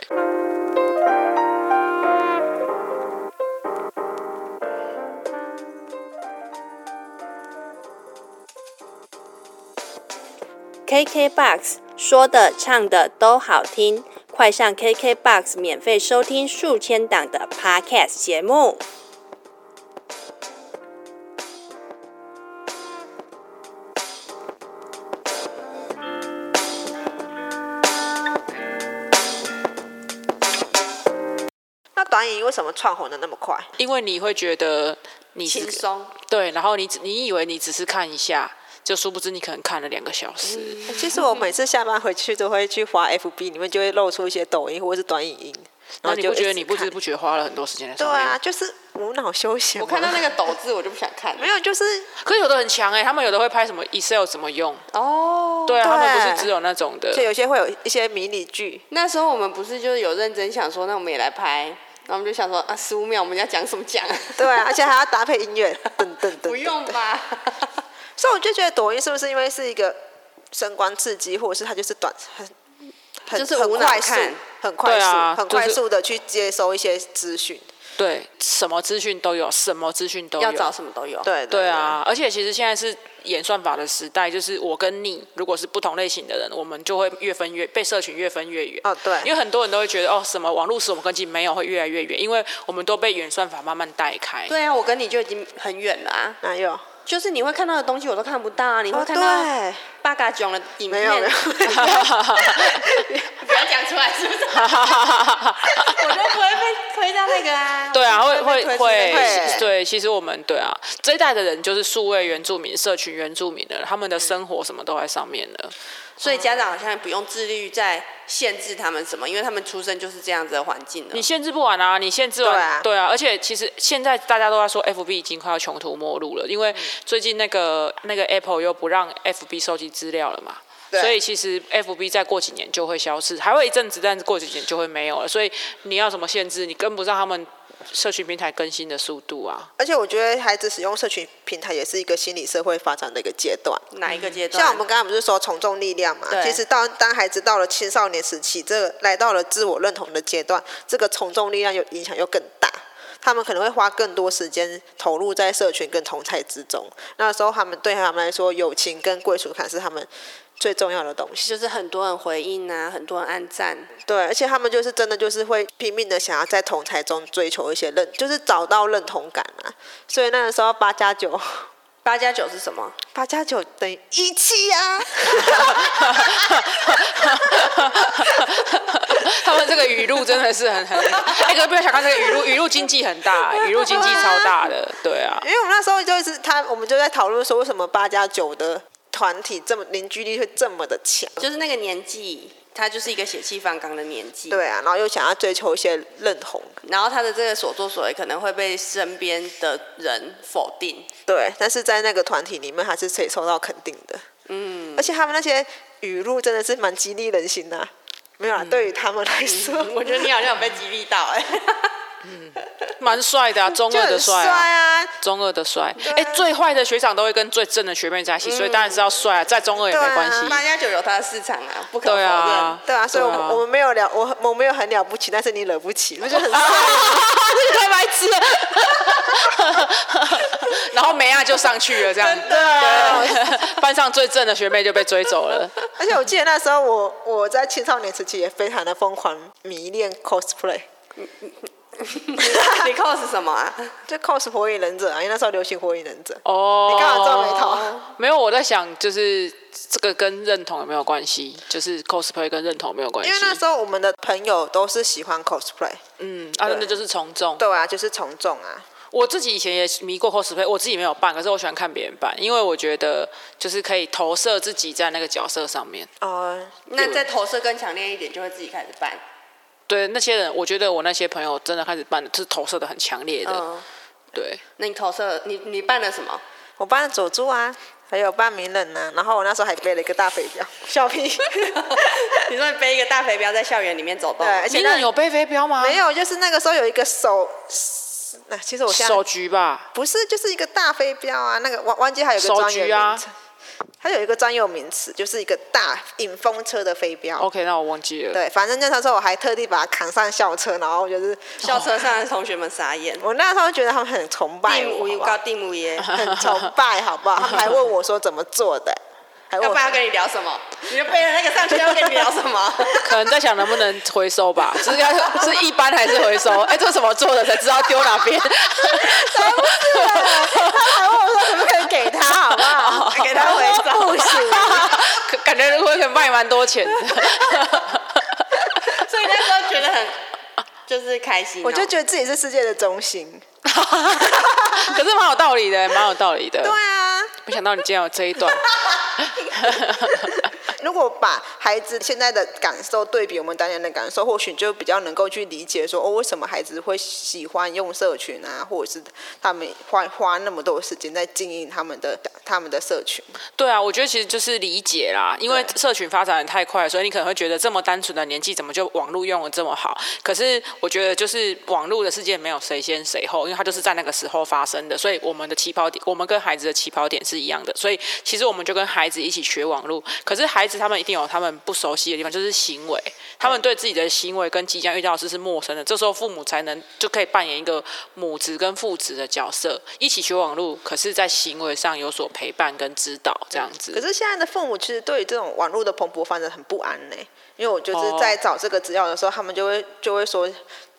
Speaker 5: KKBOX 说的、唱的都好听，快上 KKBOX 免费收听数千档的 Podcast 节目。
Speaker 2: 那短影音为什么窜红的那么快？
Speaker 3: 因为你会觉得你是
Speaker 1: 轻松。
Speaker 3: 对，然后你只你以为你只是看一下，就殊不知你可能看了两个小时。
Speaker 2: 其实我每次下班回去都会去滑 FB，里面就会露出一些抖音或者是短影音，然
Speaker 3: 那
Speaker 2: 后
Speaker 3: 你
Speaker 2: 就
Speaker 3: 不觉得
Speaker 2: 一直
Speaker 3: 你不知
Speaker 2: 看
Speaker 3: 不觉花了很多时间在
Speaker 2: 对
Speaker 3: 上面？
Speaker 2: 啊，就是无脑休闲吗。
Speaker 1: 我看到那个斗字，我就不想看了。
Speaker 2: 没有，就是
Speaker 3: 可是有的很强哎、他们有的会拍什么 Excel 怎么用？
Speaker 1: 哦，
Speaker 3: 对啊，他们不
Speaker 2: 对
Speaker 3: 是只有那种的
Speaker 2: 就。有些会有一些迷你剧，
Speaker 1: 那时候我们不是就是有认真想说，那我们也来拍，然后我们就想说啊，十五秒我们要讲什么讲啊？
Speaker 2: 对啊，而且还要搭配音乐， [LAUGHS] 噔噔
Speaker 1: [LAUGHS]
Speaker 2: 噔，
Speaker 1: 不用
Speaker 2: 噔
Speaker 1: 吧？
Speaker 2: 所以我就觉得抖音是不是因为是一个声光刺激，或者是它就是短很很
Speaker 1: 就是
Speaker 2: 很
Speaker 1: 无脑
Speaker 2: 快速
Speaker 1: 看，
Speaker 2: 很快
Speaker 3: 对
Speaker 2: 速，
Speaker 3: 啊
Speaker 2: 很
Speaker 3: 就是
Speaker 2: 快速的去接收一些资讯。
Speaker 3: 对，什么资讯都有，什么资讯都有。
Speaker 1: [LAUGHS] 要找什么都有。
Speaker 2: 对
Speaker 3: 对，啊，而且其实现在是演算法的时代，就是我跟你如果是不同类型的人，我们就会越分越被社群越分越远。
Speaker 2: 哦对
Speaker 3: 因为很多人都会觉得哦，什么网络使我们跟进没有，会越来越远，因为我们都被演算法慢慢带开。 [LAUGHS]
Speaker 1: 对啊，我跟你就已经很远了啊，
Speaker 2: 哪有？
Speaker 1: 就是你会看到的东西我都看不到啊，你会
Speaker 2: 哦
Speaker 1: 看到
Speaker 2: 对，
Speaker 1: 八嘎囧的影片，
Speaker 2: 没
Speaker 1: [LAUGHS]
Speaker 2: 有没有
Speaker 1: 不要讲出来，是不是？我就不会被推到那个啊。
Speaker 3: 对啊，
Speaker 1: 我
Speaker 3: 会
Speaker 1: 就不被推
Speaker 3: 会
Speaker 1: 出那个
Speaker 3: 会
Speaker 2: 会，
Speaker 3: 对，其实我们对啊，这一代的人就是数位原住民、社群原住民的，他们的生活什么都在上面了。
Speaker 1: 所以家长好像也不用自律在限制他们什么，因为他们出生就是这样子的环境了
Speaker 3: 你。限制不完啊，你限制完，
Speaker 2: 对啊
Speaker 3: 而且其实现在大家都在说，FB 已经快要穷途末路了，因为最近那个那个 Apple 又不让 FB 收集资料了嘛。所以其实 F B 再过几年就会消失，还会一阵子，但是过几年就会没有了。所以你要什么限制，你跟不上他们社群平台更新的速度啊。
Speaker 2: 而且我觉得孩子使用社群平台也是一个心理社会发展的一个阶段。
Speaker 1: 哪一个阶段？
Speaker 2: 像我们刚刚不是说从众力量嘛？
Speaker 1: 对
Speaker 2: 其实到当孩子到了青少年时期，这个来到了自我认同的阶段，这个从众力量又影响又更大。他们可能会花更多时间投入在社群跟同才之中。那时候，他们对他们来说，友情跟归属感是他们最重要的东西。
Speaker 1: 就是很多人回应啊，很多人按赞，
Speaker 2: 对，而且他们就是真的就是会拼命的想要在同才中追求一些认，就是找到认同感啊。所以那个时候八加九，
Speaker 1: 八加九是什么？
Speaker 2: 八加九等于一七啊。
Speaker 3: [LAUGHS] 他们这个语录真的是很很，哎、可是不要小看这个语录，语录经济很大，语录经济超大的，对啊。
Speaker 2: 因为我们那时候就是他，我们就在讨论说，为什么八加九的团体这么凝聚力会这么的强？
Speaker 1: 就是那个年纪，他就是一个血气方刚的年纪。。
Speaker 2: 对啊，然后又想要追求一些认同，
Speaker 1: 然后他的这个所作所为可能会被身边的人否定，
Speaker 2: 对，但是在那个团体里面，他是可以受到肯定的。嗯，而且他们那些语录真的是蛮激励人心的、啊没有啦，对于他们来说，
Speaker 1: 我觉得你好像有被激励到哎、
Speaker 3: [LAUGHS] 蛮帅的啊，中
Speaker 2: 就
Speaker 3: 二的
Speaker 2: 很
Speaker 3: 帅
Speaker 2: 帅
Speaker 3: 啊。
Speaker 2: 啊，
Speaker 3: 中二的帅，哎、最坏的学长都会跟最正的学妹在一
Speaker 2: 嗯
Speaker 3: 起，所以当然是要帅啊，再中二也没关系。
Speaker 2: [LAUGHS]
Speaker 1: 八加九有他的市场啊，不可否
Speaker 3: 对
Speaker 1: 认。
Speaker 3: 啊，
Speaker 2: 对啊，所以我们、我们没有了，我我没有很了不起，但是你惹不起，我觉得很帅
Speaker 3: [LAUGHS]
Speaker 2: 啊。
Speaker 3: 太白痴了。 [LAUGHS] 然后梅亚就上去了，这样
Speaker 2: 啊
Speaker 3: 对，班上最正的学妹就被追走了。
Speaker 2: 而且我记得那时候我我在青少年时期也非常的疯狂迷恋 cosplay。
Speaker 1: [LAUGHS] 你 cos 什么啊？
Speaker 2: 就 cos 火影忍者啊，因为那时候流行火影忍者。
Speaker 3: 哦，
Speaker 2: 你干嘛皱眉头？
Speaker 3: [LAUGHS] 没有，我在想，就是这个跟认同有没有关系？就是 cosplay 跟认同有没有关系
Speaker 2: 因为？那时候我们的朋友都是喜欢 cosplay，
Speaker 3: 嗯，啊，那就是从众。
Speaker 2: 对啊，就是从众啊，
Speaker 3: 我自己以前也迷过 cosplay，我自己没有扮，可是我喜欢看别人扮，因为我觉得就是可以投射自己在那个角色上面。
Speaker 2: 哦、
Speaker 1: 那再投射更强烈一点，就会自己开始办。
Speaker 3: 对那些人，我觉得我那些朋友真的开始扮，就是投射的很强烈的。
Speaker 1: 嗯，
Speaker 3: 对，
Speaker 1: 那你投射，你你办了什么？ [LAUGHS]
Speaker 2: 我扮佐助啊，还有扮鸣人啊，然后我那时候还背了一个大肥标，笑
Speaker 3: [LAUGHS]
Speaker 2: 屁。
Speaker 1: 你说你背一个大肥标在校园里面走动
Speaker 2: 对，，而且
Speaker 3: 你
Speaker 2: 那
Speaker 3: 人有背飞镖吗？
Speaker 2: 没，有，就是那个时候有一个手，那、其实我现在
Speaker 3: 手局吧。
Speaker 2: 不是，就是一个大飞镖啊，那个汪汪杰还有一个
Speaker 3: 手
Speaker 2: 专有
Speaker 3: 局
Speaker 2: 名
Speaker 3: 啊
Speaker 2: 词，它有一个专有名词，就是一个大影风车的飞镖。
Speaker 1: 哦
Speaker 3: OK，那我忘记了。
Speaker 2: 对，反正那时候我还特地把它扛上校车，然后就是
Speaker 1: 校车上的同学们傻 [LAUGHS] 眼。
Speaker 2: 我那时候觉得他们很崇拜
Speaker 1: 定
Speaker 2: 我，
Speaker 1: 无
Speaker 2: 好不
Speaker 1: 高
Speaker 2: 好
Speaker 1: 定无 [LAUGHS] 耶，
Speaker 2: 很崇拜，好
Speaker 1: [LAUGHS]
Speaker 2: 不好？他们还问我说怎么做的，还问
Speaker 1: 要
Speaker 2: 我
Speaker 1: 不然要跟你聊什么？你就背了那个上去，要跟你聊什么？
Speaker 3: 可能在想能不能回收吧， [LAUGHS] 是要是一般还是回收？哎、这怎么做的才知道丢哪边？
Speaker 2: [LAUGHS] 还
Speaker 3: [LAUGHS]
Speaker 2: 问我说可不可以给他，好不好？
Speaker 1: [LAUGHS] 给他回收
Speaker 2: 不行，
Speaker 1: [LAUGHS]
Speaker 3: 可感觉如果可以卖蛮多钱的。 [LAUGHS]
Speaker 1: [LAUGHS] 所以那时候觉得很就是开心哦、
Speaker 2: 我就觉得自己是世界的中心。
Speaker 3: 可是蛮有道理的，蛮有道理的
Speaker 2: 对。啊，
Speaker 3: 没想到你竟然有这一段。
Speaker 2: [LAUGHS] 如果把孩子现在的感受对比我们当年的感受，或许就比较能够去理解说，哦，为什么孩子会喜欢用社群啊，或者是他们花花那么多时间在经营他们的他们的社群。
Speaker 3: 对啊，我觉得其实就是理解啦，因为社群发展的太快，所以你可能会觉得这么单纯的年纪，怎么就网络用的这么好？可是我觉得就是网络的世界没有谁先谁后，因为它就是在那个时候发生的，所以我们的起跑点，我们跟孩子的起跑点是一样的，所以其实我们就跟孩子一起学网络。可是孩子他们一定有他们不熟悉的地方，就是行为，他们对自己的行为跟即将遇到的事是陌生的，这时候父母才能就可以扮演一个母职跟父职的角色，一起学网络，可是在行为上有所陪伴跟指导这样子。
Speaker 2: 可是现在的父母其实对于这种网络的蓬勃发展很不安呢、因为我就是在找这个资料的时候，他们就会就会说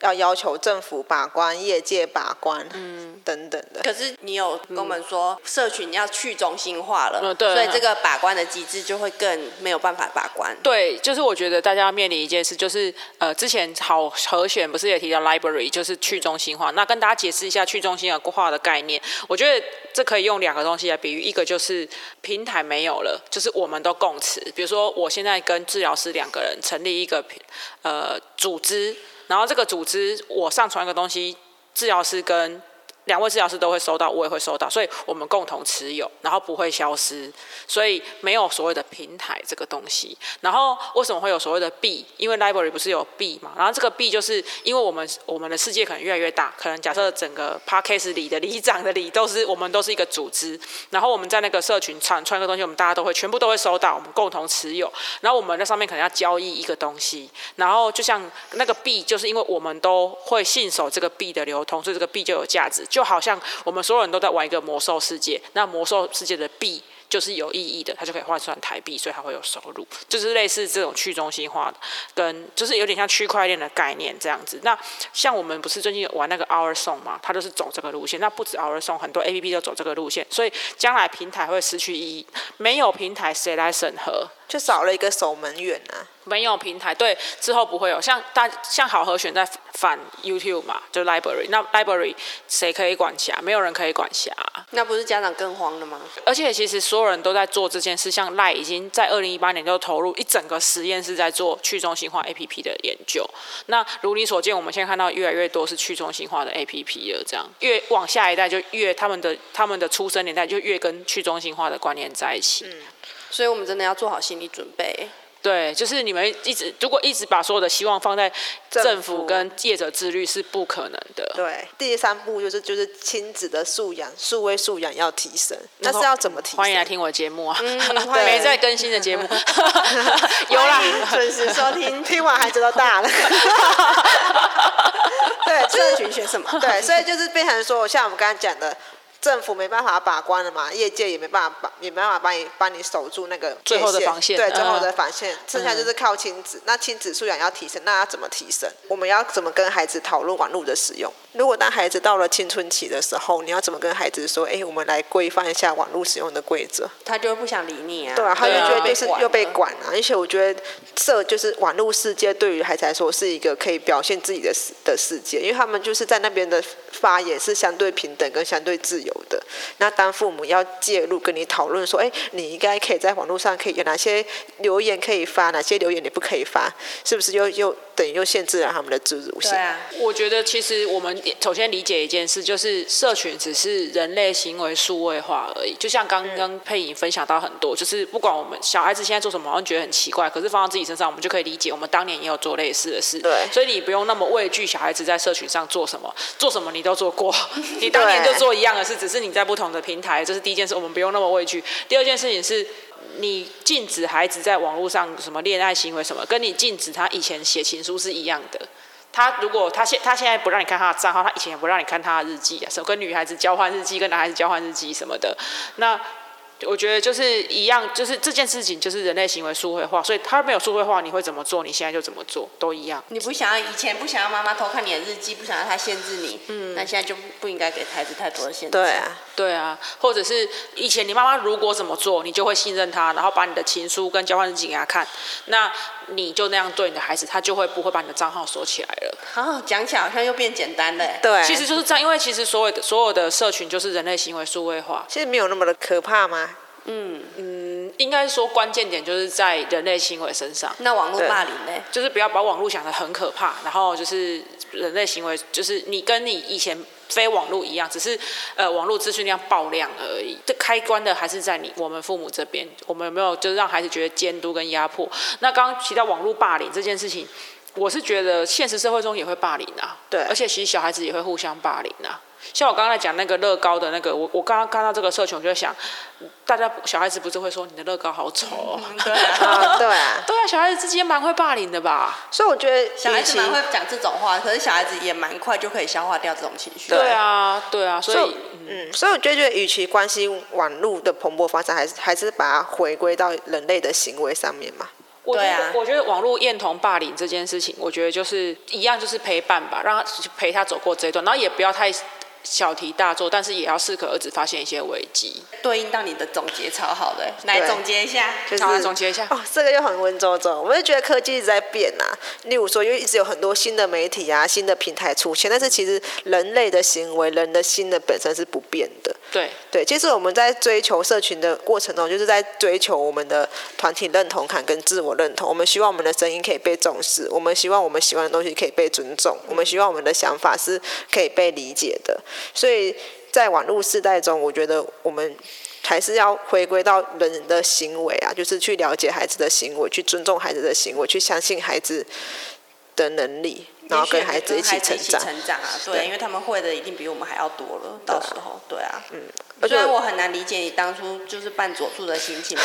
Speaker 2: 要要求政府把关、业界把关，嗯，等等的。
Speaker 1: 可是你有跟我们说，社群要去中心化了，
Speaker 3: 嗯对
Speaker 1: 所以这个把关的机制就会更没有办法把关。
Speaker 3: 对，就是我觉得大家要面临一件事，就是呃，之前好和弦不是也提到 library，就是去中心化。那跟大家解释一下去中心化的概念，我觉得这可以用两个东西来比喻，一个就是平台没有了，就是我们都共识。比如说，我现在跟治疗师两个人成立一个平呃组织，然后这个组织我上传一个东西，治疗师跟两位治疗师都会收到，我也会收到，所以我们共同持有，然后不会消失，所以没有所谓的平台这个东西。然后为什么会有所谓的币？因为 library 不是有币嘛，然后这个币就是因为我们我们的世界可能越来越大，可能假设整个 podcast 里的里长的里都是我们都是一个组织，然后我们在那个社群传传个东西，我们大家都会全部都会收到，我们共同持有，然后我们在上面可能要交易一个东西，然后就像那个币，就是因为我们都会信守这个币的流通，所以这个币就有价值。就好像我们所有人都在玩一个魔兽世界，那魔兽世界的币就是有意义的，它就可以换算台币，所以它会有收入，就是类似这种去中心化的，跟就是有点像区块链的概念这样子。那像我们不是最近有玩那个 Our Song 嘛，它就是走这个路线。那不止 Our Song，很多 A P P 都走这个路线，所以将来平台会失去意义，没有平台谁来审核？
Speaker 2: 就少了一个守门员啊。
Speaker 3: 没有平台，对，之后不会有。像大像好和弦在反 YouTube 嘛，就 Library，那 Library 谁可以管辖？没有人可以管辖、
Speaker 1: 那不是家长更慌了吗？
Speaker 3: 而且其实所有人都在做这件事，像赖已经在二零一八年就投入一整个实验室在做去中心化 APP 的研究。那如你所见，我们现在看到越来越多是去中心化的 APP 了，这样越往下一代就越他们的他们的出生年代就越跟去中心化的观念在一起。
Speaker 2: 嗯
Speaker 1: 所以我们真的要做好心理准备。
Speaker 3: 对，就是你们一直如果一直把所有的希望放在
Speaker 2: 政
Speaker 3: 政府
Speaker 2: 府
Speaker 3: 跟业者自律是不可能的。
Speaker 2: 对，第三步就是就是亲子的素养、数位素养要提升，
Speaker 3: 然
Speaker 2: 但
Speaker 3: 后
Speaker 2: 是要怎么提升？嗯
Speaker 3: 欢迎来听我的节目啊， [LAUGHS]
Speaker 2: 欢迎
Speaker 3: 没在更新
Speaker 2: [LAUGHS]
Speaker 3: 的节目，有啦， [LAUGHS]
Speaker 2: 准时收听，听完孩子都大了。对，社群学什
Speaker 3: [LAUGHS]
Speaker 2: 么？对，所以就是变成说，像我们刚刚讲的，政府没办法把关了嘛，业界也没办法把，也没办法帮你帮你守住那个
Speaker 3: 最后的
Speaker 2: 界限
Speaker 3: 防线
Speaker 2: 对，
Speaker 3: 嗯
Speaker 2: 最后的防线，剩下就是靠亲子。那亲子素养要提升，那要怎么提升？我们要怎么跟孩子讨论网络的使用？如果当孩子到了青春期的时候，你要怎么跟孩子说？哎，我们来规范一下网络使用的规则。
Speaker 1: 他就会不想理你啊。
Speaker 2: 对啊，他就
Speaker 3: 对啊
Speaker 2: 觉得就是又被
Speaker 1: 了。
Speaker 2: 管啊，而且我觉得这就是网络世界对于孩子来说是一个可以表现自己的世的世界，因为他们就是在那边的发言是相对平等跟相对自由的。那当父母要介入跟你讨论说，哎，你应该可以在网络上可以有哪些留言可以发，哪些留言你不可以发，是不是又又等于又限制了他们的自主性？
Speaker 1: 对啊，
Speaker 3: 我觉得其实我们首先理解一件事，就是社群只是人类行为数位化而已。就像刚刚佩颖分享到很多，就是不管我们小孩子现在做什么，好像觉得很奇怪，可是放到自己身上，我们就可以理解。我们当年也有做类似的事，
Speaker 2: 对
Speaker 3: 所以你不用那么畏惧小孩子在社群上做什么，做什么你都做过，你当年就做一样的事，只是你在不同的平台。这是第一件事，我们不用那么畏惧。第二件事情是。你禁止孩子在网络上什么恋爱行为什么，跟你禁止他以前写情书是一样的。他如果他现他现在不让你看他的账号，他以前也不让你看他的日记啊，什么跟女孩子交换日记，跟男孩子交换日记什么的，那。我觉得就是一样，就是这件事情就是人类行为数位化，所以他没有数位化，你会怎么做，你现在就怎么做，都一样。
Speaker 1: 你不想要以前不想要妈妈偷看你的日记，不想要她限制你，嗯，那现在就不不应该给孩子太多的限制。
Speaker 2: 对啊，
Speaker 3: 对啊，或者是以前你妈妈如果怎么做，你就会信任她，然后把你的情书跟交换日记给她看，那你就那样对你的孩子，他就会不会把你的账号锁起来了。
Speaker 1: 好，讲起来好像又变简单了欸。
Speaker 2: 对，啊
Speaker 3: 其实就是这样，因为其实所有的所有的社群就是人类行为数位化，
Speaker 1: [LAUGHS]
Speaker 2: 其实没有那么的可怕吗？
Speaker 3: 应该说关键点就是在人类行为身上，
Speaker 1: 那网络
Speaker 2: 对
Speaker 1: 霸凌呢？
Speaker 3: 就是不要把网络想得很可怕，然后就是人类行为，就是你跟你以前非网络一样，只是呃网络资讯量爆量而已。这开关的还是在你我们父母这边，我们有没有就是让孩子觉得监督跟压迫？那刚刚提到网络霸凌这件事情，我是觉得现实社会中也会霸凌啊，
Speaker 2: 对
Speaker 3: 而且其实小孩子也会互相霸凌啊。像我刚才讲那个乐高的那个，我我刚刚看到这个社群，我就在想，大家小孩子不是会说你的乐高好丑、哦？
Speaker 1: 对啊
Speaker 2: 啊，对啊，
Speaker 3: [LAUGHS] 对啊，小孩子之间蛮会霸凌的吧？
Speaker 2: 所以我觉得
Speaker 1: 小孩
Speaker 2: 与
Speaker 1: 子
Speaker 2: 其
Speaker 1: 蛮会讲这种话，可是小孩子也蛮快就可以消化掉这种情绪。
Speaker 3: 对啊，对啊，所
Speaker 2: 所
Speaker 3: 以
Speaker 2: 以嗯，所以我觉得，与其关心网络的蓬勃发展，还是还是把它回归到人类的行为上面嘛。
Speaker 3: 我觉
Speaker 1: 对
Speaker 3: 得、
Speaker 1: 啊
Speaker 3: 我觉得网络厌童霸凌这件事情，我觉得就是一样，就是陪伴吧，让他陪他走过这一段，然后也不要太小题大做，但是也要适可而止，发现一些危机。
Speaker 1: 对应到你的总结超好的，来
Speaker 2: 对
Speaker 1: 总结一下。
Speaker 2: 就是
Speaker 3: 好来总结一下
Speaker 2: 哦，这个又很文绉绉。我就觉得科技一直在变啊，例如说，又一直有很多新的媒体啊、新的平台出现，但是其实人类的行为、人的心的本身是不变的。
Speaker 3: 对，
Speaker 2: 对，其实我们在追求社群的过程中，就是在追求我们的团体认同感跟自我认同。我们希望我们的声音可以被重视，我们希望我们喜欢的东西可以被尊重，我们希望我们的想法是可以被理解的。所以在网络时代中，我觉得我们还是要回归到人的行为啊，就是去了解孩子的行为，去尊重孩子的行为，去相信孩子的能力，然后跟孩子一起成长。
Speaker 1: 成长啊，对，
Speaker 2: 对
Speaker 1: 因为他们会的一定比我们还要多了，到时候，对啊，嗯。
Speaker 2: 而且
Speaker 1: 虽然我很难理解你当初就是办佐助的心
Speaker 2: [LAUGHS]
Speaker 1: 情，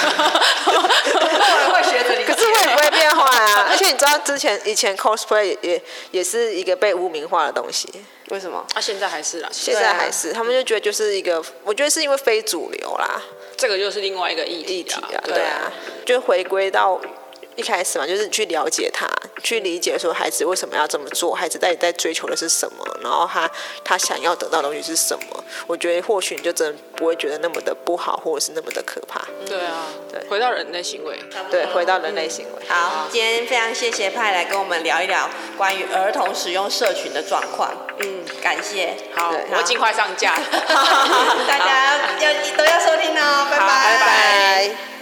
Speaker 1: 我也会学着你。
Speaker 2: 可是我也不会变坏啊！而 [LAUGHS] 且你知道，之前以前 cosplay 也也也是一个被污名化的东西，
Speaker 1: 为什么？
Speaker 3: 那、现在还是啦，
Speaker 2: 现在还是、他们就觉得就是一个，我觉得是因为非主流啦，
Speaker 3: 这个就是另外一个议
Speaker 2: 议
Speaker 3: 题
Speaker 2: 题
Speaker 3: 啦。
Speaker 2: 啊，
Speaker 3: 对
Speaker 2: 对啊，就回归到一开始嘛，就是你去了解他，去理解说孩子为什么要这么做，孩子到底在追求的是什么，然后他他想要得到的东西是什么。我觉得或许你就真的不会觉得那么的不好，或者是那么的可怕。
Speaker 3: 对啊，
Speaker 2: 对
Speaker 3: 回到人类行为。
Speaker 2: 对，回到人类行为。
Speaker 1: 好，今天非常谢谢派来跟我们聊一聊关于儿童使用社群的状况。嗯，感谢，
Speaker 3: 好，
Speaker 2: 对
Speaker 3: 我会尽快上架。 [LAUGHS]
Speaker 1: 大家要都要收听哦，拜
Speaker 3: 好拜
Speaker 2: 拜。